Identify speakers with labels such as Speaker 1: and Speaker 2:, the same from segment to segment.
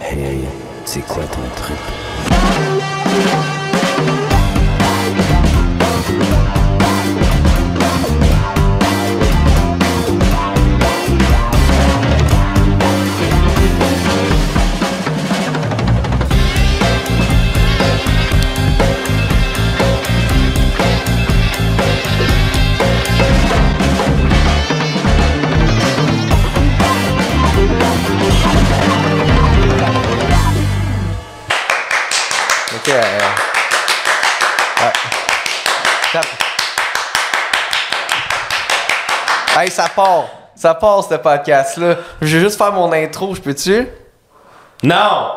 Speaker 1: Hey, c'est quoi ton trip
Speaker 2: Ok. euh, ouais. Tap. Hey, ça part. Ça part, ce podcast-là. Je vais juste faire mon intro, je peux-tu?
Speaker 1: Non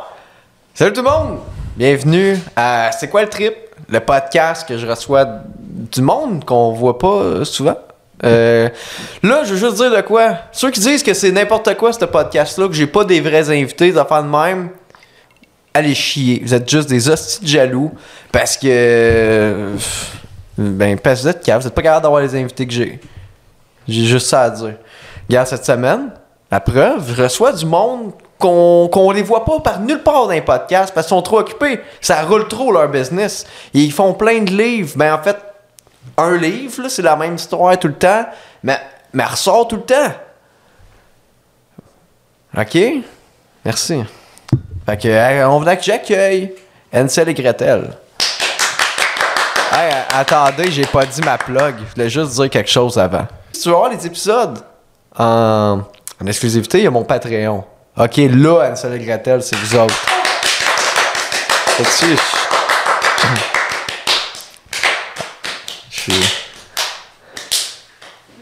Speaker 2: Salut tout le monde! Bienvenue à C'est quoi le trip? Le podcast que je reçois du monde qu'on voit pas euh, souvent. Euh, là, je veux juste dire de quoi. Ceux qui disent que c'est n'importe quoi ce podcast-là, que j'ai pas des vrais invités, des affaires de même, allez chier. Vous êtes juste des hosties de jaloux parce que. euh, pff, Ben, parce que vous êtes cave, vous êtes pas capable d'avoir les invités que j'ai. J'ai juste ça à dire. Regarde, cette semaine, la preuve, je reçois du monde qu'on qu'on les voit pas par nulle part dans les podcasts parce qu'ils sont trop occupés. Ça roule trop leur business. Et ils font plein de livres. Ben, en fait, un livre, là, c'est la même histoire tout le temps, mais, mais elle ressort tout le temps. OK? Merci. Fait que, euh, on venait que j'accueille Ansel et Gretel. Hey, euh, attendez, j'ai pas dit ma plug. Je voulais juste dire quelque chose avant. Si tu veux voir les épisodes en, en exclusivité, il y a mon Patreon. OK, là, Ansel et Gretel, c'est vous autres. Fait que si- Je suis.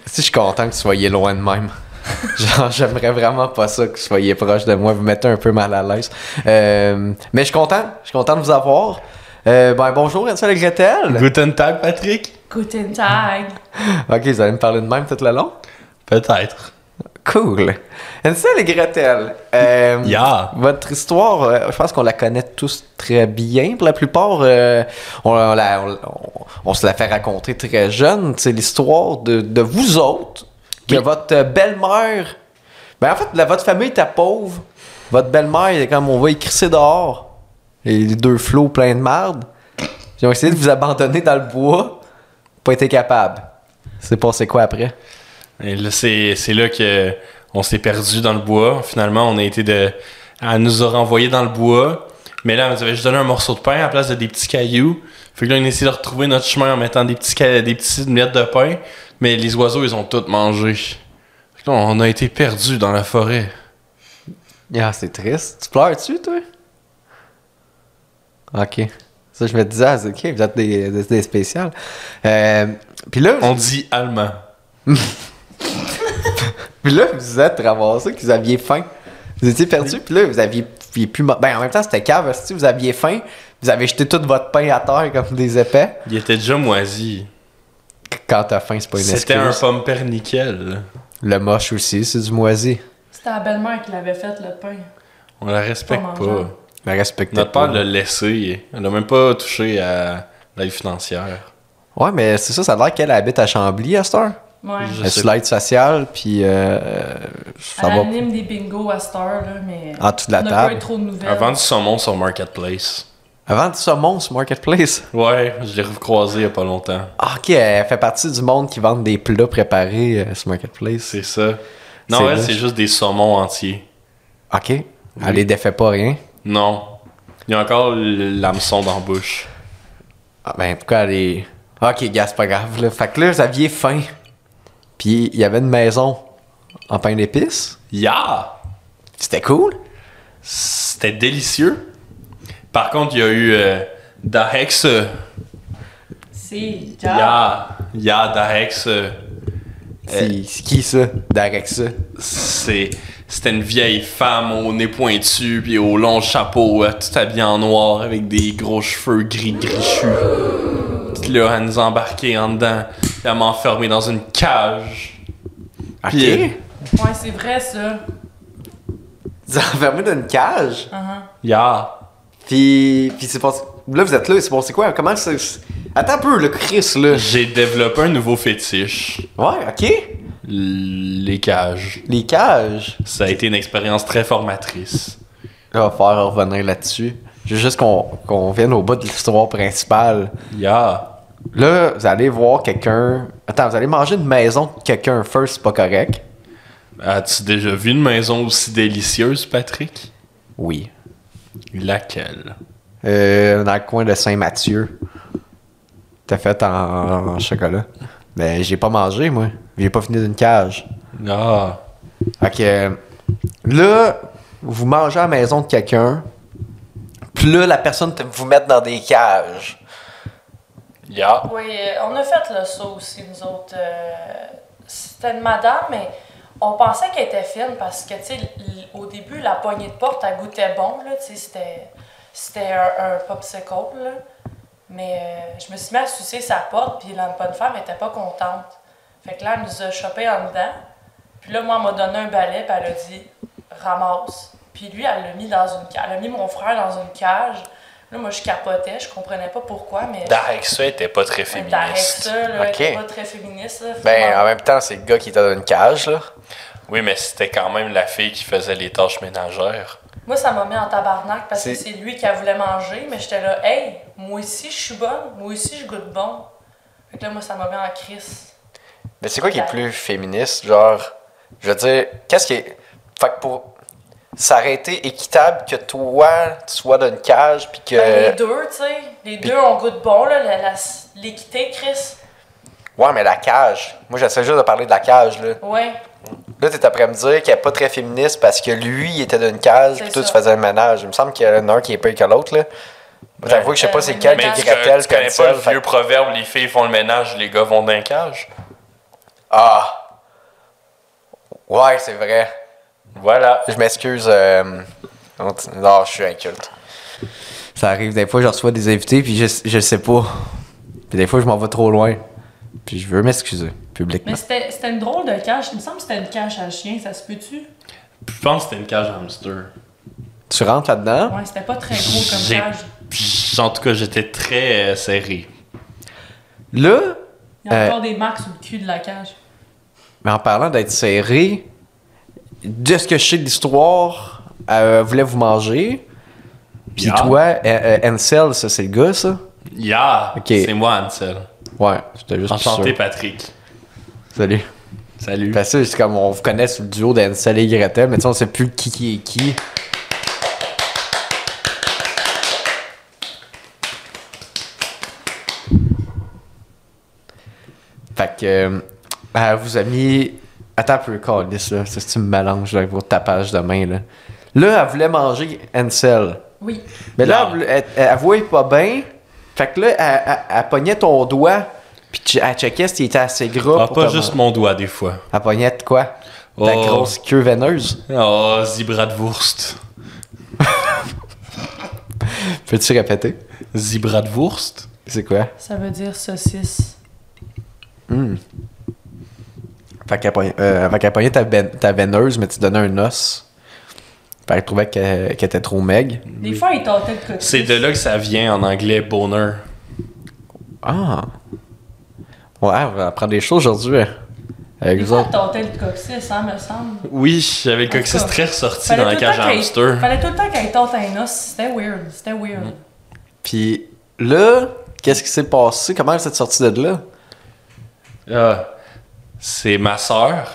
Speaker 2: Si je suis content que tu soyez loin de même. Genre, j'aimerais vraiment pas ça que vous soyez proche de moi, vous mettez un peu mal à l'aise. Euh, mais je suis content, je suis content de vous avoir. Euh, ben bonjour, Ansel et Gretel.
Speaker 1: Guten Tag, Patrick
Speaker 3: Guten Tag.
Speaker 2: Ok, vous allez me parler de même tout le long.
Speaker 1: Peut-être.
Speaker 2: Cool. Ansel et Gretel. euh,
Speaker 1: Yeah.
Speaker 2: Votre histoire, euh, je pense qu'on la connaît tous très bien. Pour la plupart, euh, on, on la- on- on- on se la fait raconter très jeune. C'est l'histoire de, de vous autres, que
Speaker 1: Oui.
Speaker 2: votre belle-mère. Ben, en fait, la- votre famille était pauvre. Votre belle-mère, elle est comme on va y crisser dehors. Et les deux flots pleins de marde. Ils ont essayé de vous abandonner dans le bois. Pas été capable. C'est passé quoi après?
Speaker 1: Et là, c'est c'est là que on s'est perdu dans le bois. Finalement, on a été de. Elle nous a renvoyés dans le bois. Mais là, elle nous avait juste donné un morceau de pain à la place de des petits cailloux. Fait que là, on a essayé de retrouver notre chemin en mettant des petits ca- des petites miettes de pain. Mais les oiseaux, ils ont toutes mangé. Fait que là, on a été perdus dans la forêt.
Speaker 2: Ah, c'est triste. Tu pleures-tu, toi? Ok. Ça, je me disais, ah, c'est ok, vous êtes des, des, des spéciales. Euh, puis là,
Speaker 1: On dit allemand.
Speaker 2: puis là, vous êtes ramassés, que vous aviez faim. Vous étiez perdus, puis là, vous aviez, vous aviez plus. ma- Ben, en même temps, c'était cave, si vous aviez faim, vous avez jeté tout votre pain à terre comme des épais.
Speaker 1: Il était déjà moisi.
Speaker 2: Quand t'as faim, c'est pas une
Speaker 1: C'était un
Speaker 2: excuse.
Speaker 1: pomme pernickel.
Speaker 2: Le moche aussi, c'est du moisi.
Speaker 3: C'était la belle-mère qui l'avait fait le pain.
Speaker 1: On la respecte
Speaker 3: Pas
Speaker 1: pas.
Speaker 3: mangeable.
Speaker 2: La respectez
Speaker 1: Notre
Speaker 2: pas.
Speaker 1: père l'a laissé. Elle a même pas touché à l'aide financière.
Speaker 2: Ouais, mais c'est ça, ça a l'air qu'elle habite à Chambly à cette heure.
Speaker 3: Ouais.
Speaker 1: Je
Speaker 2: Elle est
Speaker 1: sais
Speaker 2: sur l'aide sociale, puis euh, ça
Speaker 3: Elle
Speaker 2: va.
Speaker 3: anime des bingos à cette heure, là, mais.
Speaker 2: En dessous de la
Speaker 3: on n'a
Speaker 2: table.
Speaker 3: pas eu trop de nouvelles.
Speaker 1: Elle vend du saumon sur Marketplace.
Speaker 2: Avant du saumon sur Marketplace.
Speaker 1: Ouais, je l'ai recroisé il y a pas longtemps.
Speaker 2: Ah, ok, elle fait partie du monde qui vend des plats préparés euh, sur Marketplace.
Speaker 1: C'est ça.
Speaker 2: C'est
Speaker 1: Non, elle,
Speaker 2: moche.
Speaker 1: c'est juste des saumons entiers.
Speaker 2: Ok. Elle les défait pas rien.
Speaker 1: Non. Il y a encore l- l'hameçon dans la bouche.
Speaker 2: Ah, ben pourquoi elle est. Ok, gars, c'est pas grave. Là. Fait que là, vous aviez faim. Puis il y avait une maison en pain d'épices.
Speaker 1: Yeah!
Speaker 2: C'était cool.
Speaker 1: C'était délicieux. Par contre, il y a eu euh, Da Hex. euh,
Speaker 3: C'est. Yeah.
Speaker 1: Yeah! Yeah, Da Hex. euh,
Speaker 2: C'est c'est qui ça? Derek ça.
Speaker 1: c'est c'était une vieille femme au nez pointu puis au long chapeau euh, tout habillée en noir avec des gros cheveux gris grichus puis là elle nous a embarqués en dedans puis elle m'a enfermé dans une cage
Speaker 2: Ok.
Speaker 1: Puis, euh,
Speaker 3: Ouais, c'est vrai, ça.
Speaker 2: Vous avez enfermé dans une cage.
Speaker 3: Uh-huh.
Speaker 1: yeah
Speaker 2: Puis, puis c'est passé. Là, vous êtes là, c'est passé quoi? Comment ça. Attends un peu, le Chris, là.
Speaker 1: j'ai développé un nouveau fétiche
Speaker 2: Ouais, ok.
Speaker 1: l- les cages
Speaker 2: Les cages.
Speaker 1: ça a été une expérience très formatrice
Speaker 2: Là, on va faire revenir là-dessus. Je veux juste qu'on qu'on vienne au bout de l'histoire principale.
Speaker 1: Yeah.
Speaker 2: Là, vous allez voir quelqu'un. Attends, vous allez manger une maison de quelqu'un first, c'est pas correct.
Speaker 1: As-tu déjà vu une maison aussi délicieuse, Patrick?
Speaker 2: Oui.
Speaker 1: Laquelle?
Speaker 2: Euh, dans le coin de Saint-Mathieu. T'as fait en, en chocolat. Mais j'ai pas mangé, moi. J'ai pas fini d'une cage.
Speaker 1: Ah.
Speaker 2: Fait que euh, là, vous mangez à la maison de quelqu'un. Puis là, la personne te- vous met dans des cages.
Speaker 1: Yeah.
Speaker 3: Oui, euh, on a fait le saut aussi, nous autres. Euh, C'était une madame, mais on pensait qu'elle était fine parce que, tu sais, l- au début, la poignée de porte, elle goûtait bon, là, tu sais, c'était- c'était un, un popsicle, là. Mais euh, je me suis mis à sucer sa porte, puis la bonne femme était pas contente. Fait que là, elle nous a chopé en dedans. Puis là, moi, elle m'a donné un balai, puis elle a dit ramasse. Puis lui, elle l'a mis dans une cage. Elle a mis mon frère dans une cage. Là, moi, je capotais, je comprenais pas pourquoi, mais.
Speaker 1: Darek ça était pas très
Speaker 3: Ouais, T'arrêtes
Speaker 1: féministe.
Speaker 3: ça, là,
Speaker 2: Ok.
Speaker 3: t'es pas très féministe, là.
Speaker 2: Ben, en
Speaker 3: Faut-
Speaker 2: même temps, c'est le gars qui était dans une cage, là.
Speaker 1: Oui, mais c'était quand même la fille qui faisait les tâches ménagères.
Speaker 3: Moi, ça m'a mis en tabarnak parce que
Speaker 2: C'est-
Speaker 3: c'est lui qui a voulu manger, mais j'étais là, hey, moi aussi, je suis bonne, moi aussi, je goûte bon. Fait que là, moi, ça m'a mis en crise.
Speaker 2: Mais c'est quoi qui est plus féministe? Genre, je veux dire, qu'est-ce qui est. Fait que pour s'arrêter équitable que toi, tu sois dans une cage, puis que.
Speaker 3: Ben, les deux, tu sais, les
Speaker 2: Puis-
Speaker 3: deux, on goûte bon, là, la- la- l'équité, Chris.
Speaker 2: Ouais, mais la cage. Moi, j'essaie juste de parler de la cage, là.
Speaker 3: Ouais,
Speaker 2: Là, t'es après à me dire qu'elle est pas très féministe parce que lui, il était dans une cage,
Speaker 3: C'est
Speaker 2: puis toi,
Speaker 3: ça.
Speaker 2: tu faisais le ménage. Il me semble qu'il y en a un qui est pire que l'autre, là. J'avoue que je sais pas c'est quel
Speaker 3: Ben, Mais
Speaker 2: qui
Speaker 1: Mais
Speaker 2: est
Speaker 1: tu,
Speaker 2: Gretel,
Speaker 1: Euh, tu connais pas
Speaker 2: Pencil,
Speaker 1: le
Speaker 2: fait-
Speaker 1: vieux proverbe les filles font le ménage, les gars vont d'un cage?
Speaker 2: Ah! Ouais, c'est vrai.
Speaker 1: Voilà.
Speaker 2: Je m'excuse. euh, on t- Non, je suis inculte. Ça arrive, des fois, je reçois des invités, puis je, je sais pas. Puis des fois, je m'en vais trop loin. Puis je veux m'excuser, publiquement.
Speaker 3: mais c'était c'était une drôle de cache. Il me semble que c'était une cache à chien, ça se peut-tu?
Speaker 1: Je pense que c'était une cage à hamster.
Speaker 2: Tu rentres là-dedans?
Speaker 3: Ouais, c'était pas très gros comme
Speaker 1: J'ai-
Speaker 3: cage.
Speaker 1: j- En tout cas, j'étais très euh, serré.
Speaker 2: Là,
Speaker 3: Il y a
Speaker 2: Euh,
Speaker 3: encore des marques sur le cul de la cage.
Speaker 2: mais en parlant d'être serré, de ce que je sais de l'histoire, euh, elle voulait vous manger. Puis
Speaker 1: Yeah.
Speaker 2: toi, euh, euh, Ansel, ça, c'est le gars, ça?
Speaker 1: Yeah!
Speaker 2: Ok.
Speaker 1: C'est moi, Ansel.
Speaker 2: Ouais, c'était juste pour
Speaker 1: Enchanté,
Speaker 2: sûr.
Speaker 1: Patrick.
Speaker 2: Salut.
Speaker 1: Salut.
Speaker 2: Parce que c'est comme on vous connaît sur le duo d'Ansel et Gretel, mais tu sais, on sait plus qui, qui est qui. Fait que. euh, Elle vous a mis. Attends un peu, Carlis, là. Ça, C'est une mélange avec vos tapages de main, là. Là, elle voulait manger Ansel.
Speaker 3: Oui.
Speaker 2: Mais là,
Speaker 1: Non.
Speaker 2: elle, voulait- elle, elle- elle voyait pas bien. Fait que là, elle, elle- elle pognait ton doigt. Puis tu- elle checkait s'il était assez gras.
Speaker 1: Ah,
Speaker 2: pour
Speaker 1: pas
Speaker 2: te
Speaker 1: juste mon doigt, des fois.
Speaker 2: la poignette, quoi? Ta
Speaker 1: Oh.
Speaker 2: grosse queue veineuse.
Speaker 1: Oh, Zibra de Wurst.
Speaker 2: Peux-tu répéter?
Speaker 1: Zibra de Wurst?
Speaker 2: C'est quoi?
Speaker 3: Ça veut dire saucisse.
Speaker 2: Fait qu'elle pogn- euh, fait qu'elle pognait ta, veine- ta veineuse, mais tu donnais un os. Fait qu'elle trouvait qu'elle qu'elle était trop maigre.
Speaker 3: Des fois, il tentait le côté.
Speaker 1: C'est de là que ça vient en anglais, boner.
Speaker 2: Ah! Ouais, on va apprendre des choses aujourd'hui. hein, Avec
Speaker 3: Des
Speaker 2: vous
Speaker 3: fois,
Speaker 2: autres.
Speaker 3: elle tentait le coccyx, hein, me semble.
Speaker 1: Oui, j'avais le
Speaker 3: En tout
Speaker 1: coccyx
Speaker 3: cas,
Speaker 1: très ressorti dans la
Speaker 3: tout le
Speaker 1: cage
Speaker 3: temps
Speaker 1: à
Speaker 3: qu'elle-
Speaker 1: hamster. Mm.
Speaker 3: Fallait tout le temps qu'elle tente un os. C'était weird. C'était weird.
Speaker 2: Puis là, qu'est-ce qui s'est passé? Comment elle s'est sortie de là?
Speaker 1: Ah, c'est ma sœur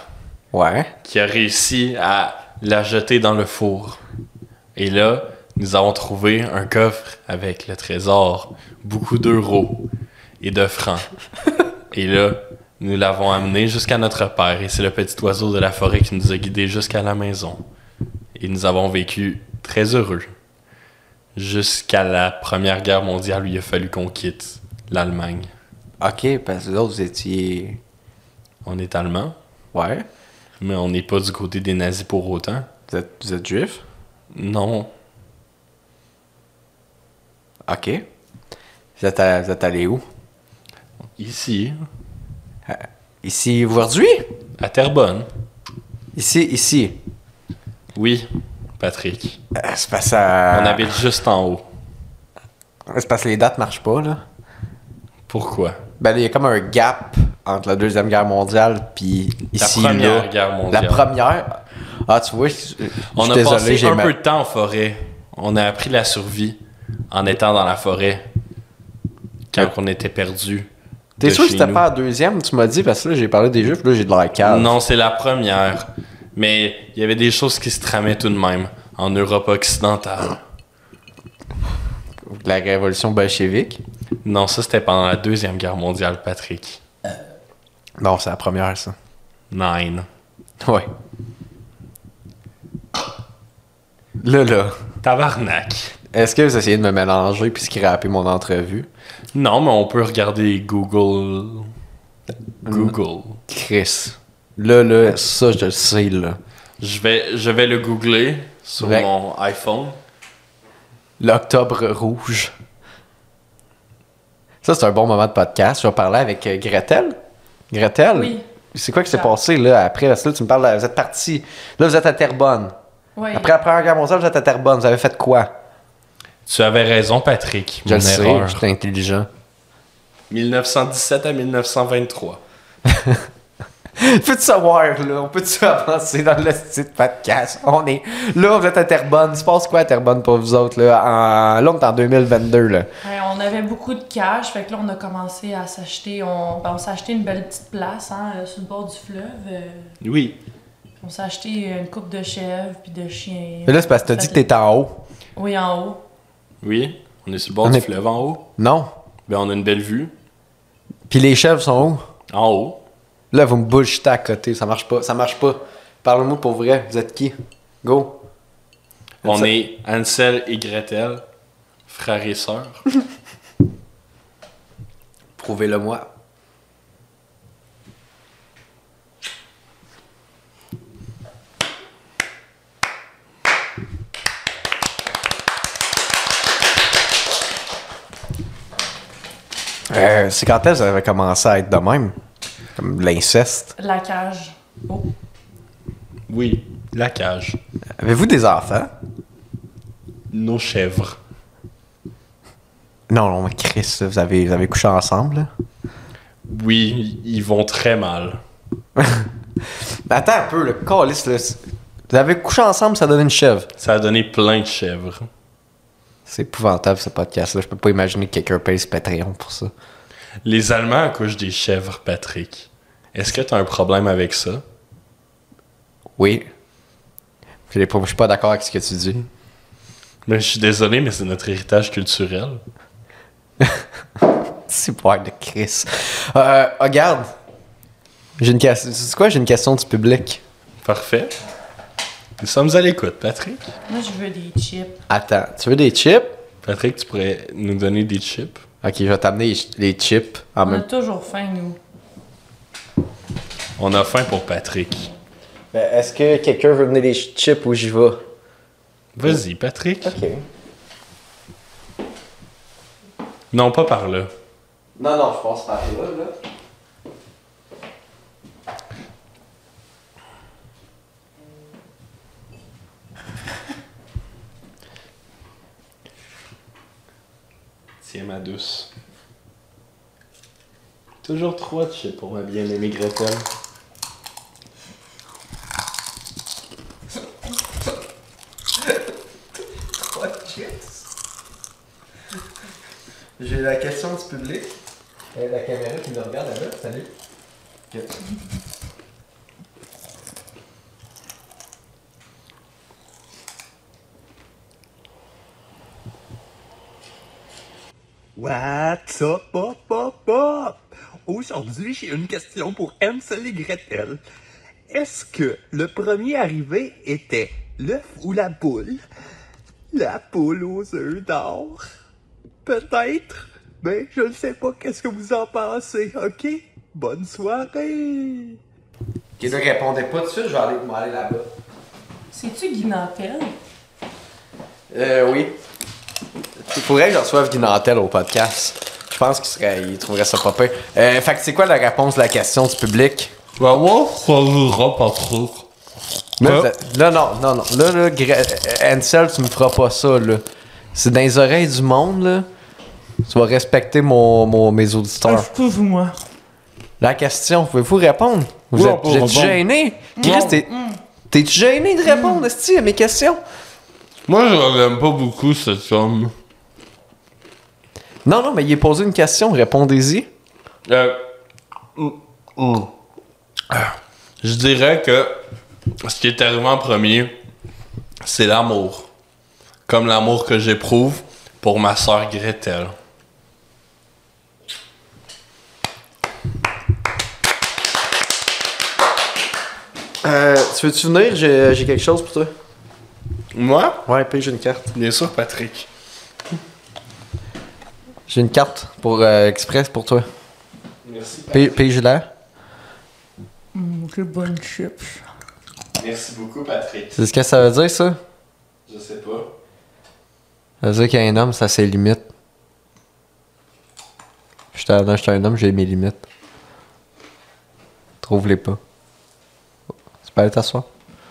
Speaker 2: Ouais.
Speaker 1: qui a réussi à la jeter dans le four. Et là, nous avons trouvé un coffre avec le trésor, beaucoup d'euros et de francs. Et là, nous l'avons amené jusqu'à notre père. Et c'est le petit oiseau de la forêt qui nous a guidés jusqu'à la maison. Et nous avons vécu très heureux. Jusqu'à la Première Guerre mondiale où il a fallu qu'on quitte l'Allemagne.
Speaker 2: Ok, parce que les autres, vous étiez.
Speaker 1: On est allemand,
Speaker 2: Ouais.
Speaker 1: mais on n'est pas du côté des nazis pour autant.
Speaker 2: Vous êtes, vous êtes juif?
Speaker 1: Non,
Speaker 2: Ok. Vous êtes, à- vous êtes allé où?
Speaker 1: ici,
Speaker 2: Ici, aujourd'hui?
Speaker 1: à Terrebonne.
Speaker 2: Ici, ici.
Speaker 1: Oui, Patrick.
Speaker 2: Euh, C'est parce que ça-
Speaker 1: On habite juste en haut.
Speaker 2: C'est parce que les dates marchent pas, là.
Speaker 1: Pourquoi?
Speaker 2: Ben, il y a comme un gap entre la Deuxième Guerre mondiale puis
Speaker 1: La
Speaker 2: ici,
Speaker 1: Première
Speaker 2: là.
Speaker 1: Guerre mondiale.
Speaker 2: La première... Ah, tu vois, je je suis
Speaker 1: On a
Speaker 2: désolé,
Speaker 1: passé
Speaker 2: j'ai
Speaker 1: un
Speaker 2: ma-
Speaker 1: peu de temps en forêt. on a appris la survie en étant dans la forêt quand
Speaker 2: Ouais.
Speaker 1: on était perdu.
Speaker 2: Ah. T'es
Speaker 1: de
Speaker 2: sûr que
Speaker 1: chez
Speaker 2: c'était
Speaker 1: nous.
Speaker 2: pas la deuxième, tu m'as dit, parce que là, j'ai parlé des jeux, puis là, j'ai de la cave.
Speaker 1: Non, c'est la première. Mais il y avait des choses qui se tramaient tout de même en Europe occidentale.
Speaker 2: La révolution bolchevique.
Speaker 1: Non, ça c'était pendant la Deuxième Guerre mondiale, Patrick.
Speaker 2: Non, c'est la première, ça.
Speaker 1: Nine.
Speaker 2: Ouais. Là, là,
Speaker 1: Tabarnak.
Speaker 2: est-ce que vous essayez de me mélanger puis scraper mon entrevue?
Speaker 1: Non, mais on peut regarder Google. Google.
Speaker 2: Chris. Là, là, ça, je le sais, là.
Speaker 1: Je vais, je vais le googler sur
Speaker 2: Ouais.
Speaker 1: mon iPhone.
Speaker 2: L'octobre rouge. Ça, c'est un bon moment de podcast. Je vais parler avec euh, Gretel. Gretel?
Speaker 3: Oui.
Speaker 2: C'est quoi qui s'est
Speaker 3: Ah.
Speaker 2: passé, là, après? Parce que là, tu me parles, là, vous êtes parti. Là, vous êtes à Terrebonne.
Speaker 3: Oui.
Speaker 2: Après la Première Guerre mondiale, vous êtes à Terrebonne. Vous avez fait quoi?
Speaker 1: Tu avais raison, Patrick.
Speaker 2: Je
Speaker 1: Mon
Speaker 2: le sais,
Speaker 1: erreur.
Speaker 2: je suis intelligent.
Speaker 1: 1917 à 1923.
Speaker 2: Peux-tu savoir, là? On peut-tu avancer dans le site podcast? On est... Là, vous êtes à Terrebonne. Il se passe quoi à Terrebonne pour vous autres, là? En... Là, on est en 2022, là.
Speaker 3: Ouais, on avait beaucoup de cash, fait que là, on a commencé à s'acheter. On, ben, on s'est acheté une belle petite place hein, euh, sur le bord du fleuve. euh,
Speaker 1: Oui.
Speaker 3: on s'est acheté une coupe de chèvres puis de chiens.
Speaker 2: Mais là, c'est parce que t'as dit que t'es en haut.
Speaker 3: Oui, en haut.
Speaker 1: Oui. On est sur le bord
Speaker 2: On
Speaker 1: du
Speaker 2: est-
Speaker 1: fleuve en haut.
Speaker 2: Non?
Speaker 1: Ben, on a une belle vue.
Speaker 2: Puis les chèvres sont où?
Speaker 1: En haut.
Speaker 2: Là, vous me bullshitez à côté. Ça marche pas. Ça marche pas. Parle-moi pour vrai. Vous êtes qui? Go.
Speaker 1: On
Speaker 2: Ça-
Speaker 1: est Ansel et Gretel, frères et sœurs.
Speaker 2: Prouvez-le moi. Euh, c'est quand est-ce que ça avait commencé à être de même? Comme l'inceste.
Speaker 3: La cage. Oh.
Speaker 1: Oui. La cage.
Speaker 2: Avez-vous des enfants?
Speaker 1: Nos chèvres.
Speaker 2: Non, non, mais Chris, là, vous avez, vous avez couché ensemble? là?
Speaker 1: Oui, ils vont très mal.
Speaker 2: Mais Ben, Attends un peu, le calice, là. c'est- Vous avez couché ensemble, ça donne une chèvre.
Speaker 1: Ça a donné plein de chèvres.
Speaker 2: C'est épouvantable ce podcast-là. Je peux pas imaginer que quelqu'un paye ce Patreon pour ça.
Speaker 1: Les Allemands accouchent des chèvres, Patrick. Est-ce que t'as un problème avec ça?
Speaker 2: Oui. Je l'ai pas- je suis pas d'accord avec ce que tu dis.
Speaker 1: Mais je suis désolé, mais c'est notre héritage culturel.
Speaker 2: C'est pas de Chris. Euh, regarde. J'ai une question. C'est quoi? J'ai une question du public.
Speaker 1: Parfait. Nous sommes à l'écoute, Patrick.
Speaker 3: Moi, je veux des chips.
Speaker 2: Attends, tu veux des chips?
Speaker 1: Patrick, tu pourrais nous donner des chips?
Speaker 2: Ok, je vais t'amener les ch- les chips en
Speaker 3: On a
Speaker 2: même
Speaker 3: toujours faim, nous.
Speaker 1: On a faim pour Patrick.
Speaker 2: Ben, Est-ce que quelqu'un veut mener les ch- chips ou j'y vais?
Speaker 1: Vas-y, Patrick.
Speaker 2: Ok.
Speaker 1: Non, pas par là.
Speaker 2: Non, non, je pense par là, là.
Speaker 1: Tiens, ma douce. Toujours trois chips pour ma bien-aimée Gretel.
Speaker 2: J'ai la question du public. Eh, la caméra qui me regarde là, salut.
Speaker 4: What's up, up, up, up? Aujourd'hui, j'ai une question pour Ansel et Gretel. Est-ce que le premier arrivé était l'œuf ou la poule? La poule aux œufs d'or? Peut-être, mais je ne sais pas qu'est-ce que vous en pensez, ok? Bonne soirée!
Speaker 2: Qui ne répondait pas dessus, je vais aller, m'en aller là-bas.
Speaker 3: C'est-tu Guinantel?
Speaker 2: Euh, oui. Il faudrait que je reçoive Guy Nantel au podcast. Je pense qu'il serait, il trouverait ça pas pire. Euh, fait que c'est quoi la réponse de la question du public?
Speaker 1: Bah, moi, ça ira, Patrick.
Speaker 2: Là,
Speaker 1: Ah.
Speaker 2: vous êtes- là, non, non, non. Là, là, Gre- euh, Ansel, tu me feras pas ça, là. C'est dans les oreilles du monde, là. Tu vas respecter mon, mon- mes auditeurs.
Speaker 3: Excuse-moi.
Speaker 2: La question, pouvez-vous répondre? Vous
Speaker 1: Oui,
Speaker 2: êtes,
Speaker 1: on peut
Speaker 2: vous êtes
Speaker 1: répondre.
Speaker 2: gêné? Chris, t'es- t'es-tu gêné de répondre, esti, à mes questions?
Speaker 1: Moi, je regarde pas beaucoup cet homme.
Speaker 2: Non, non, mais il est posé une question, répondez-y.
Speaker 1: Euh, mm, mm. Ah, Je dirais que ce qui est arrivé en premier, c'est l'amour. Comme l'amour que j'éprouve pour ma sœur Gretel.
Speaker 2: Euh, tu veux-tu venir? J'ai j'ai quelque chose pour toi.
Speaker 1: Moi?
Speaker 2: Ouais, puis j'ai une carte.
Speaker 1: Bien sûr, Patrick.
Speaker 2: J'ai une carte pour euh, Express pour toi.
Speaker 1: Merci,
Speaker 2: Puis puis j'ai l'air.
Speaker 3: Quelle bonne chips.
Speaker 1: Merci beaucoup, Patrick.
Speaker 2: C'est ce que ça veut dire, ça?
Speaker 1: Je sais pas.
Speaker 2: Ça veut dire qu'un homme, ça ses limites. J'étais un, j'étais un homme, j'ai mes limites. Trouve-les pas. Tu peux aller t'asseoir?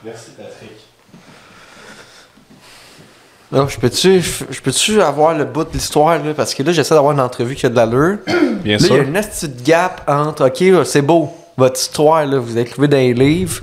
Speaker 1: Merci, Patrick.
Speaker 2: Là, je peux-tu, je peux-tu avoir le bout de l'histoire, là? Parce que là, j'essaie d'avoir une entrevue qui a de l'allure.
Speaker 1: Bien
Speaker 2: là, il y a
Speaker 1: sûr.
Speaker 2: une petite gap entre, OK, là, c'est beau, votre histoire, là, vous écrivez dans les livres.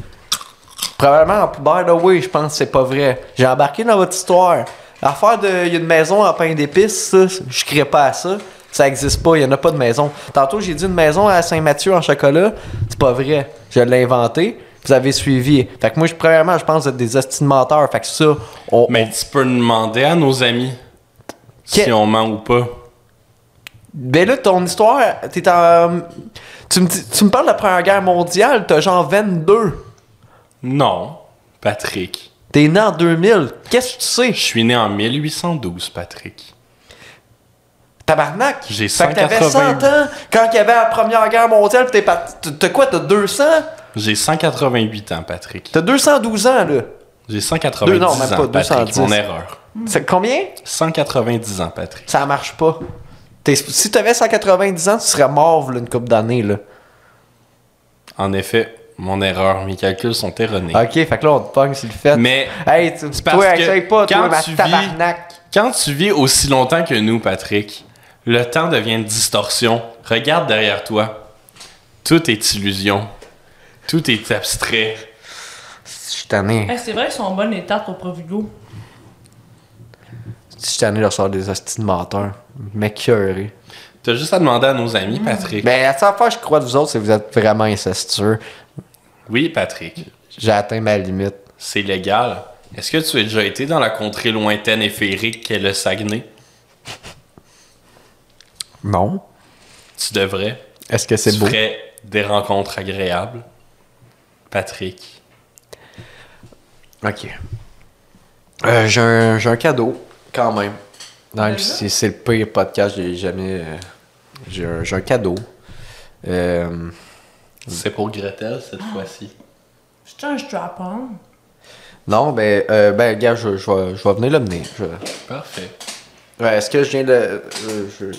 Speaker 2: Probablement, by the way, je pense que c'est pas vrai. J'ai embarqué dans votre histoire. L'affaire de, il y a une maison en pain d'épices, ça, je crée pas à ça. Ça existe pas, il y en a pas de maison. Tantôt, j'ai dit une maison à Saint-Mathieu en chocolat. C'est pas vrai. Je l'ai inventé. Vous avez suivi. Fait que moi, je, premièrement, je pense que vous êtes des estimateurs. Fait que ça, on,
Speaker 1: Mais tu peux demander à nos amis
Speaker 2: Que-
Speaker 1: si on ment ou pas.
Speaker 2: Ben là, ton histoire, t'es en. Tu me, dis- tu me parles de la Première Guerre mondiale, t'as genre 22.
Speaker 1: Non, Patrick.
Speaker 2: T'es né en 2000. Qu'est-ce que tu sais?
Speaker 1: Je suis né en 1812, Patrick.
Speaker 2: Tabarnak!
Speaker 1: J'ai
Speaker 2: Fait que t'avais
Speaker 1: 180.
Speaker 2: 100 ans quand il y avait la Première Guerre mondiale, pis t'es parti. t'as- T'as quoi? T'as 200?
Speaker 1: J'ai 188 ans, Patrick.
Speaker 2: T'as 212 ans, là.
Speaker 1: J'ai 190
Speaker 2: Deux- non, même
Speaker 1: ans,
Speaker 2: pas,
Speaker 1: Patrick.
Speaker 2: 210.
Speaker 1: Mon erreur.
Speaker 2: C'est combien?
Speaker 1: 190 ans, Patrick.
Speaker 2: Ça marche pas. T'es- si t'avais 190 ans, tu serais mort, là, une couple d'années, là.
Speaker 1: En effet, mon erreur. Mes calculs sont erronés.
Speaker 2: Ok, fait que là, on te pogne sur le fait.
Speaker 1: Mais
Speaker 2: Hey, tu,
Speaker 1: parce
Speaker 2: toi,
Speaker 1: que
Speaker 2: essaye pas, toi,
Speaker 1: quand
Speaker 2: ma
Speaker 1: tu vis-
Speaker 2: tabarnak.
Speaker 1: quand tu vis aussi longtemps que nous, Patrick, le temps devient une distorsion. Regarde derrière toi. Tout est illusion. Tout est abstrait.
Speaker 2: Je suis tanné.
Speaker 3: Eh, c'est vrai qu'ils sont en bonne étape au Provigo.
Speaker 2: Je suis tanné de recevoir des hosties de menteurs. M'écœuré.
Speaker 1: T'as juste à demander à nos amis, Patrick.
Speaker 2: Ben, la seule fois que je crois de vous autres, c'est que vous êtes vraiment incestueux.
Speaker 1: Oui, Patrick.
Speaker 2: J'ai atteint ma limite.
Speaker 1: C'est légal. Est-ce que tu as déjà été dans la contrée lointaine et féerique qu'est le Saguenay?
Speaker 2: Non.
Speaker 1: Tu devrais.
Speaker 2: Est-ce que c'est
Speaker 1: tu
Speaker 2: beau?
Speaker 1: ferais des rencontres agréables. Patrick.
Speaker 2: Ok. Euh, j'ai, un, j'ai un cadeau, quand même. Même si c'est le pire podcast que j'ai jamais. euh, J'ai un, j'ai un cadeau. Euh,
Speaker 1: C'est pour Gretel cette fois-ci.
Speaker 3: C'est un strap-on.
Speaker 2: non, ben, euh, ben, gars, je, je vais, je vais venir l'amener. Je-
Speaker 1: Parfait.
Speaker 2: Ouais, est-ce que je viens de. euh, je-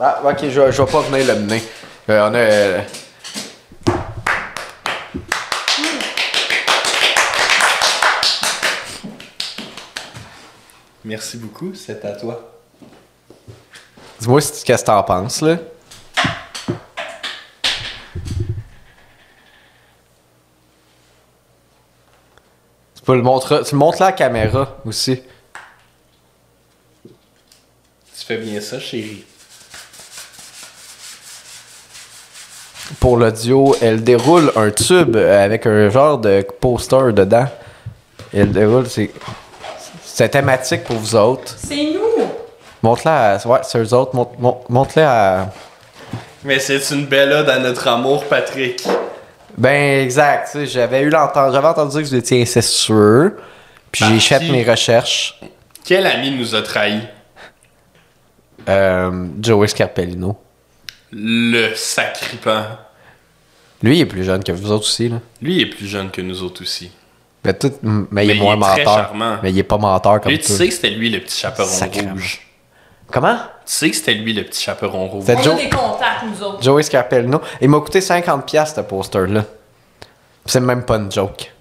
Speaker 2: Ah, ok, je, je vais pas venir l'amener. Euh, on a. euh,
Speaker 1: Merci beaucoup, c'est à toi.
Speaker 2: Dis-moi si tu- qu'est-ce que t'en penses, là. Tu peux le montrer, tu le montres là à la caméra aussi.
Speaker 1: Tu fais bien ça, chérie.
Speaker 2: Pour l'audio, elle déroule un tube avec un genre de poster dedans. Elle déroule, c'est. C'est thématique pour vous autres.
Speaker 3: C'est nous!
Speaker 2: Montre-la à. Ouais, c'est eux autres. Montre- mon- Montre-la à.
Speaker 1: Mais c'est une belle ode à notre amour, Patrick.
Speaker 2: Ben, exact. tu sais, J'avais eu l'entendre. J'avais entendu dire que vous étiez incestueux. Puis j'ai
Speaker 1: Par
Speaker 2: échappé
Speaker 1: qui?
Speaker 2: mes recherches.
Speaker 1: Quel ami nous a trahis?
Speaker 2: Euh, Joey Scarpellino.
Speaker 1: Le sacripant.
Speaker 2: Lui, il est plus jeune que vous autres aussi, là.
Speaker 1: Lui est plus jeune que nous autres aussi.
Speaker 2: Mais, tout, m- mais, il
Speaker 1: Mais
Speaker 2: est
Speaker 1: il
Speaker 2: moins
Speaker 1: est très
Speaker 2: menteur.
Speaker 1: charmant.
Speaker 2: Mais il est pas menteur comme
Speaker 1: Lui, tu
Speaker 2: toi.
Speaker 1: sais que c'était lui le petit chaperon
Speaker 2: Sacrément.
Speaker 1: rouge.
Speaker 2: Comment?
Speaker 1: Tu sais que c'était lui le petit chaperon rouge.
Speaker 2: C'est-
Speaker 3: On
Speaker 2: Joe-
Speaker 3: a des contacts, nous autres.
Speaker 2: Joey Scarpellino. Il m'a coûté 50$ ce poster-là. C'est même pas une joke.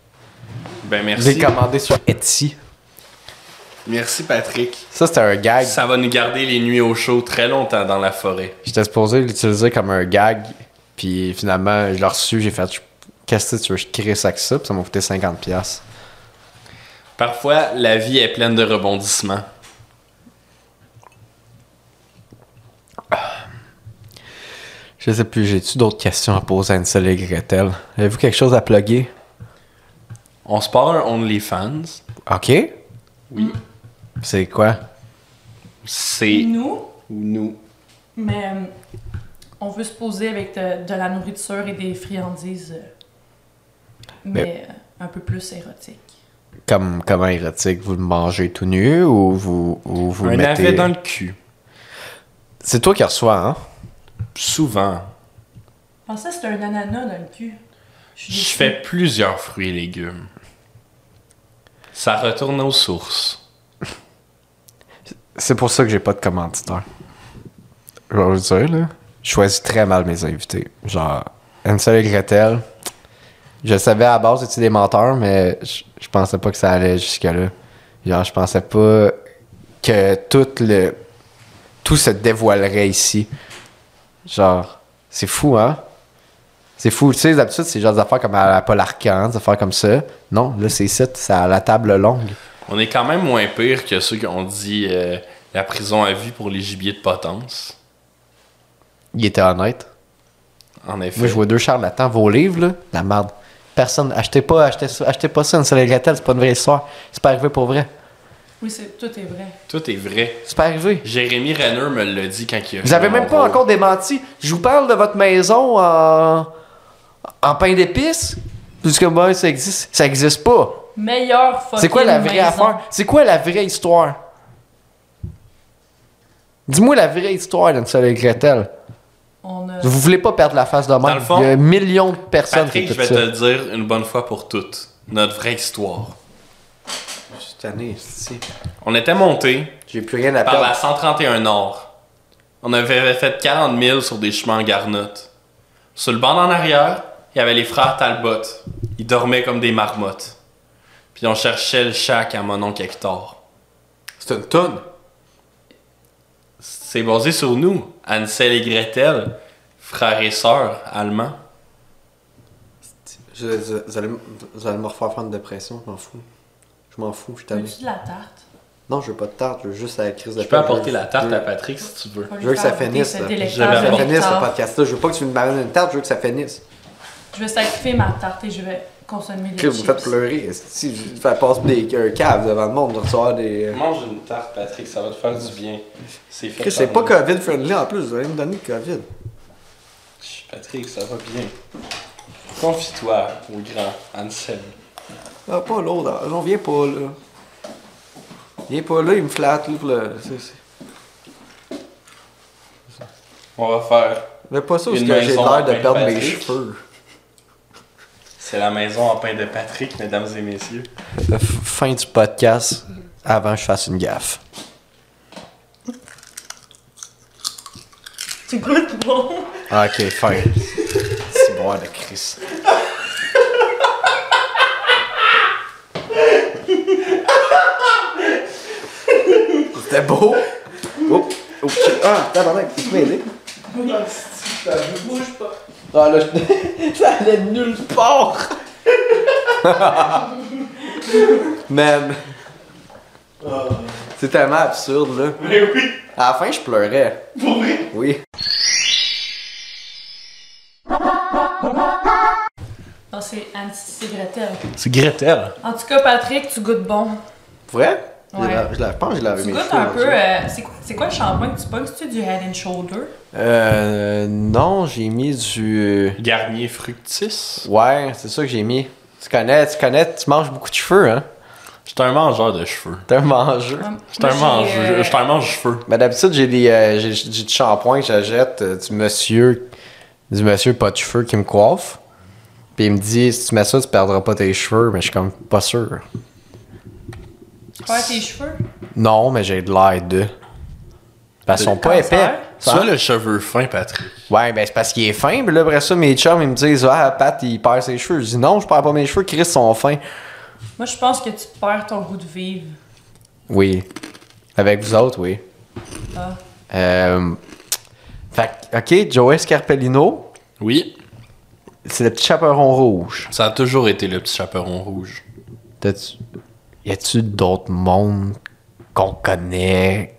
Speaker 1: Ben
Speaker 2: Je l'ai
Speaker 1: merci.
Speaker 2: commandé sur Etsy.
Speaker 1: Merci Patrick.
Speaker 2: Ça, c'était un gag.
Speaker 1: Ça va nous garder les nuits au chaud très longtemps dans la forêt.
Speaker 2: J'étais supposé l'utiliser comme un gag. Puis finalement, je l'ai reçu. J'ai fait, qu'est-ce que tu veux, je crée ça que ça. Puis ça m'a coûté 50$.
Speaker 1: Parfois, la vie est pleine de rebondissements.
Speaker 2: Je sais plus, j'ai-tu d'autres questions à poser à Ansel et Gretel? Avez-vous quelque chose à plugger?
Speaker 1: On se part un OnlyFans.
Speaker 2: OK? Oui. C'est quoi?
Speaker 1: C'est
Speaker 3: Nous,
Speaker 1: nous.
Speaker 3: mais euh, on veut se poser avec de, de la nourriture et des friandises, euh, mais, euh, un peu plus érotique.
Speaker 2: Comme, comment érotique? Vous le mangez tout nu ou vous, ou vous
Speaker 1: un
Speaker 2: le mettez...
Speaker 1: navet dans le cul.
Speaker 2: C'est toi qui reçois, hein?
Speaker 1: Souvent.
Speaker 3: Je pensais que c'était un ananas dans le cul. Je suis
Speaker 1: Je
Speaker 3: déçue.
Speaker 1: fais plusieurs fruits et légumes. Ça retourne aux sources.
Speaker 2: C'est pour ça que j'ai pas de commanditeur. Je vais vous le dire, là. Je choisis très mal mes invités. Genre, Ansel et Gretel. Je savais à la base que c'était des menteurs, mais je, je pensais pas que ça allait jusque-là. Genre, je pensais pas que tout le. Tout se dévoilerait ici. Genre, c'est fou, hein? C'est fou. Tu sais, d'habitude, c'est genre des affaires comme à la Paul Arcand, des affaires comme ça. Non, là, c'est ça, c'est à la table longue.
Speaker 1: On est quand même moins pire que ceux qui ont dit euh, la prison à vie pour les gibiers de potence.
Speaker 2: Il était honnête.
Speaker 1: En
Speaker 2: Moi,
Speaker 1: effet.
Speaker 2: je vois deux charlatans. Vos livres, là, la merde. Personne, achetez pas, achetez, ça- achetez pas ça, une soleil Gretel, c'est pas une vraie histoire. C'est pas arrivé pour vrai.
Speaker 3: Oui, c'est- tout est vrai.
Speaker 1: Tout est vrai.
Speaker 2: C'est pas arrivé.
Speaker 1: Jérémy Renner me l'a dit quand il a
Speaker 2: Vous
Speaker 1: fait
Speaker 2: avez
Speaker 1: mon
Speaker 2: même pas
Speaker 1: rôle.
Speaker 2: encore démenti. Je vous parle de votre maison en, en pain d'épices. Parce que moi, ça existe. Ça existe pas.
Speaker 3: Meilleur fucking
Speaker 2: C'est quoi la vraie
Speaker 3: maison.
Speaker 2: affaire? C'est quoi la vraie histoire? Dis-moi la vraie histoire d'une soleil Gretel.
Speaker 3: On a...
Speaker 2: Vous voulez pas perdre la face de
Speaker 1: Dans
Speaker 2: même.
Speaker 1: le fond,
Speaker 2: Il y a un million de personnes
Speaker 1: Patrick, je
Speaker 2: qui écoutent
Speaker 1: vais
Speaker 2: ça.
Speaker 1: te le dire une bonne fois pour toutes. Notre vraie histoire.
Speaker 2: Je suis tanné, c'est-
Speaker 1: On était monté
Speaker 2: J'ai plus rien à
Speaker 1: par
Speaker 2: perdre.
Speaker 1: la 131 Nord. On avait fait 40 000 sur des chemins en garnotte. Sur le banc en arrière, il y avait les frères Talbot. Ils dormaient comme des marmottes. Puis on cherchait le shack à mon oncle Hector.
Speaker 2: C'est une tonne.
Speaker 1: C'est basé sur nous, Ansel et Gretel, frères et sœurs allemands.
Speaker 2: Je- je- vous, allez, m- vous allez me refaire faire une dépression, je m'en fous. Je m'en fous, je suis tanné.
Speaker 3: Veux-tu de la tarte?
Speaker 2: Non, je veux pas de tarte, je veux juste la crise de
Speaker 1: Je peux
Speaker 2: paix,
Speaker 1: apporter
Speaker 2: veux-
Speaker 1: la tarte
Speaker 2: veux-
Speaker 1: à Patrick si tu veux.
Speaker 3: Faut lui
Speaker 2: Je veux que ça
Speaker 3: faire goûter
Speaker 2: finisse,
Speaker 3: ce
Speaker 2: là.
Speaker 3: délectable
Speaker 1: Je vais
Speaker 2: Ça
Speaker 1: Bon.
Speaker 2: finisse ce
Speaker 3: tarte.
Speaker 2: podcast-là, je veux pas que tu me m'amènes une tarte, je veux que ça finisse.
Speaker 3: Je vais sacrifier ma tarte et je vais consommer des
Speaker 2: Que vous me faites
Speaker 3: chips.
Speaker 2: pleurer, si je fais passer des un cave devant le monde, de recevoir des. euh,
Speaker 1: Mange une tarte, Patrick, ça va te faire du bien. C'est fait.
Speaker 2: Chris, C'est pas COVID-friendly en plus, vous allez me donner le COVID.
Speaker 1: Patrick, ça va bien. Confie-toi au grand Ansel.
Speaker 2: Ah, pas l'autre, ah, non, viens pas là. Viens pas là, il me flatte là pour le. c'est- c'est-
Speaker 1: On va faire.
Speaker 2: Mais pas ça, parce
Speaker 1: Une
Speaker 2: que j'ai
Speaker 1: maison
Speaker 2: l'air de
Speaker 1: avec
Speaker 2: perdre mes
Speaker 1: Patrick.
Speaker 2: cheveux.
Speaker 1: C'est la maison en pain de Patrick, mesdames et messieurs.
Speaker 2: euh, F- fin du podcast avant que je fasse une gaffe.
Speaker 3: Tu goûtes bon?
Speaker 2: Ah, ok, fin. C'est bon, le Chris. C'était beau. Oh, oh, shit. Ah, tabarnak, tu peux m'aider? Ah, là, je... ça allait nulle part. Même. C'est tellement absurde, là. Ah. Mais oui. À la fin, je pleurais. Pour vrai? Oui.
Speaker 3: Non, Ah, c'est anti Gretel.
Speaker 1: C'est Gretel.
Speaker 3: En tout cas, Patrick, tu goûtes bon.
Speaker 2: Vrai?
Speaker 3: Ouais.
Speaker 2: Je, la, je la- je pense que je l'avais
Speaker 3: Tu
Speaker 2: mes
Speaker 3: goûtes
Speaker 2: cheveux,
Speaker 3: un
Speaker 2: hein,
Speaker 3: peu.
Speaker 2: ça.
Speaker 3: euh, c'est quoi- c'est quoi le shampoing que tu pognes? C'est-tu du head and shoulder?
Speaker 2: Euh, non, j'ai mis du. euh,
Speaker 1: Garnier fructis.
Speaker 2: Ouais, c'est ça que j'ai mis. Tu connais, tu connais, tu manges beaucoup de cheveux, hein?
Speaker 1: J'étais un mangeur de cheveux.
Speaker 2: T'es un mangeur.
Speaker 1: J'étais un mangeur.
Speaker 3: euh,
Speaker 1: J'étais un mange-cheveux.
Speaker 2: Mais d'habitude, j'ai des, euh, j'ai, j'ai du shampoing que j'achète euh, du monsieur, du monsieur pas de cheveux qui me coiffe. Puis il me dit, si tu mets ça, tu perdras pas tes cheveux, mais je suis comme pas sûr.
Speaker 3: Ouais, tes cheveux?
Speaker 2: Non, mais j'ai de l'air de. Parce qu'ils sont pas
Speaker 3: Cancer.
Speaker 2: épais.
Speaker 1: Tu as le cheveu fin, Patrick.
Speaker 2: Ouais, ben c'est parce qu'il est fin. Puis là, après ça, mes chums, ils me disent Ah, Pat, il perd ses cheveux. Je dis Non, je perds pas mes cheveux, Chris, sont fins.
Speaker 3: Moi, je pense que tu perds ton goût de vivre.
Speaker 2: Oui. Avec vous autres, oui.
Speaker 3: Ah.
Speaker 2: Euh, Fait que, OK, Joey Scarpellino,
Speaker 1: Oui.
Speaker 2: c'est le petit chaperon rouge.
Speaker 1: Ça a toujours été le petit chaperon rouge.
Speaker 2: T'as-tu- y a-tu d'autres mondes qu'on connaît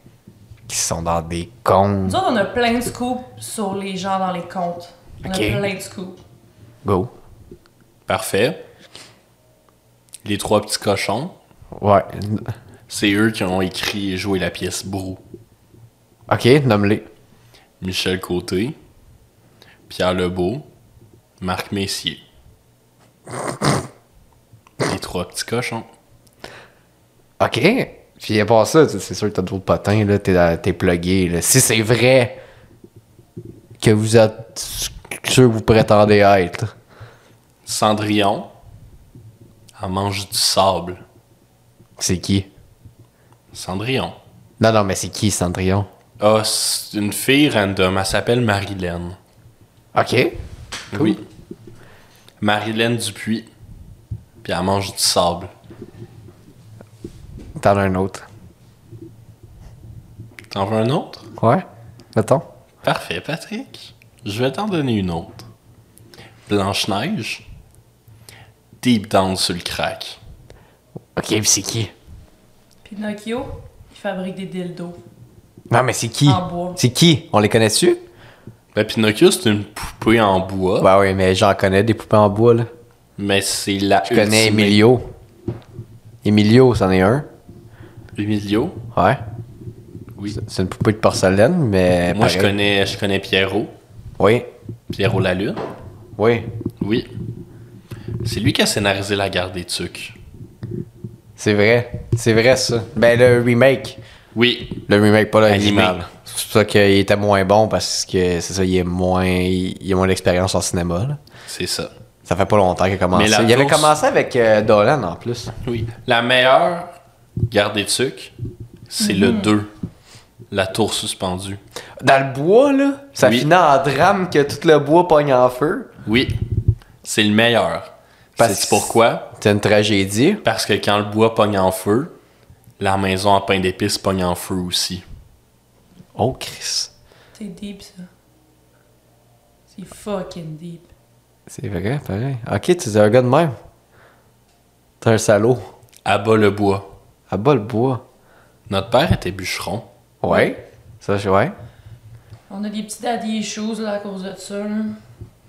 Speaker 2: qui sont dans des comptes?
Speaker 3: Nous autres, on a plein de scoops sur les gens dans les comptes. On
Speaker 2: Ok.
Speaker 3: a plein de scoops.
Speaker 2: Go.
Speaker 1: Parfait. Les trois petits cochons,
Speaker 2: Ouais.
Speaker 1: c'est eux qui ont écrit et joué la pièce Brou.
Speaker 2: Ok, nomme-les.
Speaker 1: Michel Côté, Pierre Lebeau, Marc Messier. Les trois petits cochons.
Speaker 2: Ok. Puis à part ça, tu- c'est sûr que t'as d'autres potins, là, t'es, dans- t'es plugué. Là. Si c'est vrai que vous êtes ce que vous prétendez être.
Speaker 1: Cendrillon, elle mange du sable.
Speaker 2: C'est qui?
Speaker 1: Cendrillon.
Speaker 2: Non, non, mais c'est qui, Cendrillon?
Speaker 1: Ah, c'est une fille random, elle s'appelle Marilyn.
Speaker 2: Ok. Cool.
Speaker 1: Oui. Marilyn Dupuis. Puis elle mange du sable.
Speaker 2: T'en as un autre.
Speaker 1: T'en veux un autre?
Speaker 2: Ouais? Mettons.
Speaker 1: Parfait, Patrick. Je vais t'en donner une autre. Blanche-Neige. Deep down sur le crack.
Speaker 2: Ok, puis c'est qui?
Speaker 3: Pinocchio, il fabrique des dildos.
Speaker 2: Non, mais c'est qui?
Speaker 3: En bois.
Speaker 2: C'est qui? On les connaît-tu?
Speaker 1: Ben, Pinocchio, c'est une poupée en bois,
Speaker 2: Bah oui, mais j'en connais des poupées en bois, là.
Speaker 1: mais c'est la.
Speaker 2: Je connais
Speaker 1: ultimate-
Speaker 2: Emilio. Emilio, c'en est un.
Speaker 1: Emilio.
Speaker 2: Ouais.
Speaker 1: Oui.
Speaker 2: C'est une poupée de porcelaine, mais.
Speaker 1: Moi, je
Speaker 2: pareil.
Speaker 1: connais, je connais Pierrot.
Speaker 2: Oui.
Speaker 1: Pierrot la Lune.
Speaker 2: Oui.
Speaker 1: Oui. C'est lui qui a scénarisé La Garde des Tucs.
Speaker 2: C'est vrai. C'est vrai, ça. Ben, le remake.
Speaker 1: Oui.
Speaker 2: Le remake, pas
Speaker 1: Animé.
Speaker 2: l'original. C'est pour ça qu'il était moins bon parce que c'est ça, il est moins. Il a moins d'expérience en cinéma, là.
Speaker 1: C'est ça.
Speaker 2: Ça fait pas longtemps qu'il a commencé.
Speaker 1: Mais la
Speaker 2: Il avait
Speaker 1: course-
Speaker 2: commencé avec euh, Dolan en plus.
Speaker 1: Oui. La meilleure Garde des Tucs, c'est le 2. La tour suspendue.
Speaker 2: Dans le bois, là, ça
Speaker 1: Oui.
Speaker 2: finit en drame que tout le bois pogne en feu.
Speaker 1: Oui, c'est le meilleur.
Speaker 2: Parce
Speaker 1: C'est
Speaker 2: que-
Speaker 1: pourquoi?
Speaker 2: C'est une tragédie.
Speaker 1: Parce que quand le bois pogne en feu, la maison en pain d'épices pogne en feu aussi.
Speaker 2: Oh, Chris.
Speaker 3: C'est deep, ça. C'est fucking deep.
Speaker 2: C'est vrai, pareil. Ok, tu es un gars de même. T'es un salaud.
Speaker 1: Abat le bois.
Speaker 2: À bas le bois.
Speaker 1: Notre père était bûcheron.
Speaker 2: Ouais. Ça, je. Ouais.
Speaker 3: On a des petits daddy issues là, à cause de ça. Là.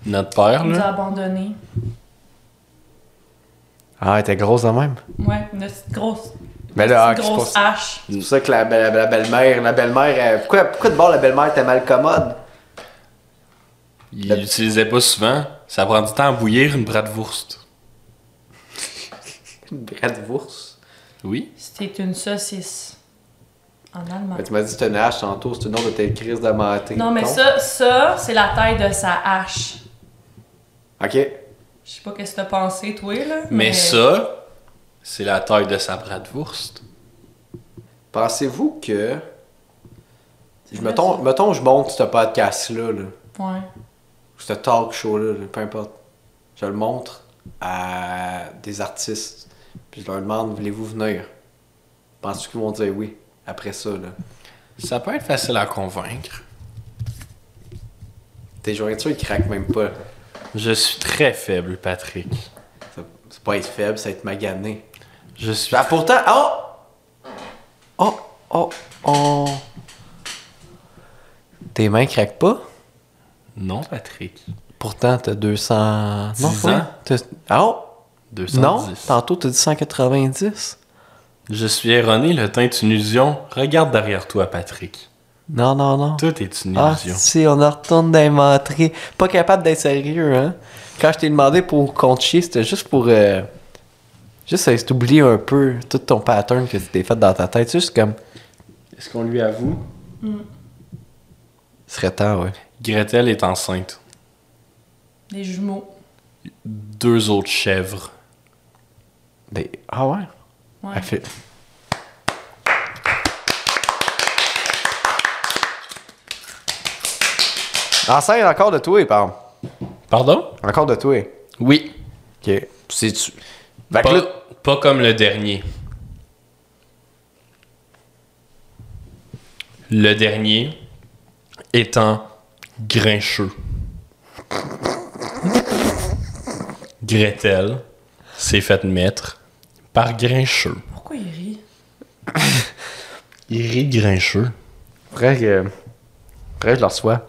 Speaker 1: Notre père,
Speaker 3: Il nous a
Speaker 1: là,
Speaker 3: abandonnés.
Speaker 2: Ah, t'es grosse de même.
Speaker 3: Ouais, une petite grosse,
Speaker 2: Mais là,
Speaker 3: petite
Speaker 2: ah, c'est pour
Speaker 3: grosse
Speaker 2: ça.
Speaker 3: hache.
Speaker 2: C'est pour ça que la, la- la belle-mère, la belle-mère, elle- pourquoi, pourquoi de bord la belle-mère était mal commode?
Speaker 1: il l'utilisait pas souvent. Ça prend du temps à bouillir une bratwurst.
Speaker 2: Une bratwurst.
Speaker 1: Oui?
Speaker 3: C'était une saucisse. En allemand.
Speaker 2: Mais tu m'as dit que c'était une hache tantôt, c'est une nom de telle crise de mentir.
Speaker 3: Non, mais ça, ça c'est la taille de sa hache.
Speaker 2: Ok.
Speaker 3: Je sais pas qu'est-ce que t'as pensé, toi, là.
Speaker 1: Mais ça, c'est la taille de sa bratwurst.
Speaker 2: Pensez-vous que.
Speaker 3: C'est
Speaker 2: Je
Speaker 3: vrai,
Speaker 2: mettons,
Speaker 3: ça.
Speaker 2: mettons, je monte ce podcast-là, là, ou
Speaker 3: Ouais.
Speaker 2: ce talk show-là, là, peu importe. Je le montre à des artistes, puis je leur demande voulez-vous venir Penses-tu qu'ils vont dire oui après ça, là
Speaker 1: Ça peut être facile à convaincre.
Speaker 2: T'es joints ils craquent même pas.
Speaker 1: Je suis très faible, Patrick.
Speaker 2: Ça- C'est pas être faible, c'est être magané.
Speaker 1: Je suis.
Speaker 2: Ah, pourtant, oh! Oh, oh, oh! Tes mains craquent pas?
Speaker 1: Non, Patrick.
Speaker 2: Pourtant, t'as 200... Non,
Speaker 1: Dix
Speaker 2: quoi?
Speaker 1: ans.
Speaker 2: T'as- Ah, oh!
Speaker 1: 210.
Speaker 2: Non, tantôt, t'as dit 190.
Speaker 1: Je suis erroné, le teint est une illusion. Regarde derrière toi, Patrick.
Speaker 2: Non, non, non.
Speaker 1: Tout est une
Speaker 2: Ah,
Speaker 1: illusion.
Speaker 2: si, on en retourne d'inventer. Pas capable d'être sérieux, hein? Quand je t'ai demandé pour compte chier, c'était juste pour... euh, Juste, euh, t'oublier un peu tout ton pattern que tu t'es fait dans ta tête. C'est juste comme... Mm.
Speaker 1: Est-ce qu'on lui avoue?
Speaker 2: serait temps, ouais.
Speaker 1: Gretel est enceinte.
Speaker 3: Des jumeaux.
Speaker 1: Deux autres chèvres.
Speaker 2: Des- Ah ouais?
Speaker 3: Ouais.
Speaker 2: Elle fait- Enceinte encore de toi, pardon.
Speaker 1: Pardon?
Speaker 2: Encore de toi.
Speaker 1: Oui.
Speaker 2: Ok. C'est tu. Fait que
Speaker 1: Pas,
Speaker 2: là,
Speaker 1: pas comme le dernier. Le dernier étant grincheux. Gretel s'est faite mettre par grincheux.
Speaker 3: Pourquoi
Speaker 1: Il rit de grincheux.
Speaker 2: Faudrait que. Faudrait que je le reçois.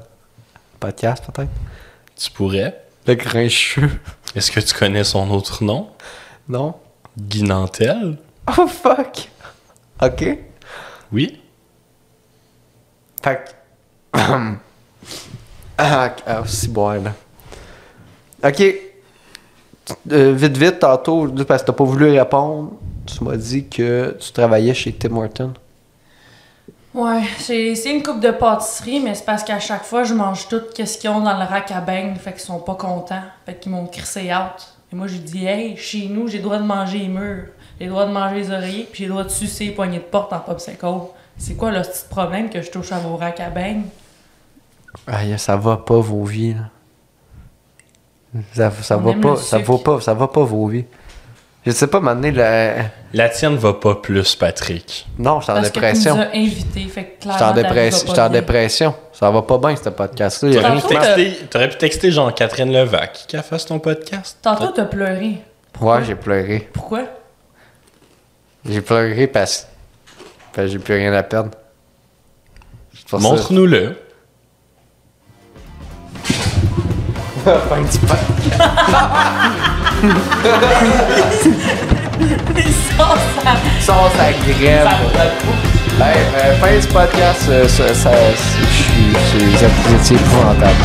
Speaker 2: Podcast, peut-être.
Speaker 1: Tu pourrais.
Speaker 2: Le grincheux.
Speaker 1: Est-ce que tu connais son autre nom?
Speaker 2: Non?
Speaker 1: Guy Nantel?
Speaker 2: Oh fuck! Ok.
Speaker 1: Oui.
Speaker 2: Fait que. ah, ah, c'est bon, là. Ok. Euh, vite, vite, tantôt, là, parce que t'as pas voulu répondre, tu m'as dit que tu travaillais chez Tim Horton.
Speaker 3: Ouais, j'ai essayé une coupe de pâtisserie, mais c'est parce qu'à chaque fois, je mange tout ce qu'ils ont dans le rack à beigne, fait qu'ils sont pas contents, fait qu'ils m'ont crissé out. Et moi, j'ai dit, hey, chez nous, j'ai le droit de manger les murs, j'ai le droit de manger les oreillers, puis j'ai le droit de sucer les poignées de porte en popsicle. C'est quoi le petit problème que je touche à vos racks à beigne?
Speaker 2: Aïe, Ah, ça va pas vos vies, là. Ça, ça
Speaker 3: On
Speaker 2: va
Speaker 3: aime
Speaker 2: pas,
Speaker 3: le
Speaker 2: ça va
Speaker 3: sucre.
Speaker 2: pas, ça va pas vos vies. Je sais pas, m'amener la.
Speaker 1: La tienne va pas plus, Patrick.
Speaker 2: Non, je suis en
Speaker 3: Parce
Speaker 2: dépression.
Speaker 3: que tu nous as invités, fait que
Speaker 2: Je suis en
Speaker 3: clairement,
Speaker 2: dépression. Je suis
Speaker 3: t'arrives
Speaker 2: en
Speaker 3: pas bien.
Speaker 2: dépression. Ça va pas bien, ce podcast-là. Il y a
Speaker 1: T'aurais
Speaker 2: rien
Speaker 1: pu
Speaker 2: qui
Speaker 3: Tantôt,
Speaker 2: marche.
Speaker 1: texter, t'aurais pu texter Jean-Catherine Levac qu'elle fasse ton podcast.
Speaker 3: Tantôt, t'as pleuré.
Speaker 2: Ouais, j'ai pleuré.
Speaker 3: Pourquoi?
Speaker 2: J'ai pleuré parce parce que j'ai plus rien à perdre. C'est pour ça.
Speaker 1: Montre-nous-le.
Speaker 2: Fin du podcast.
Speaker 3: Il sort sa-
Speaker 2: Sors ta graine. Hey, euh, fin du podcast, euh, ça, ça, c'est- je suis- c'est- vous étiez épouvantable.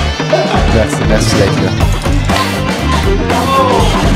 Speaker 2: Merci, merci d'être là.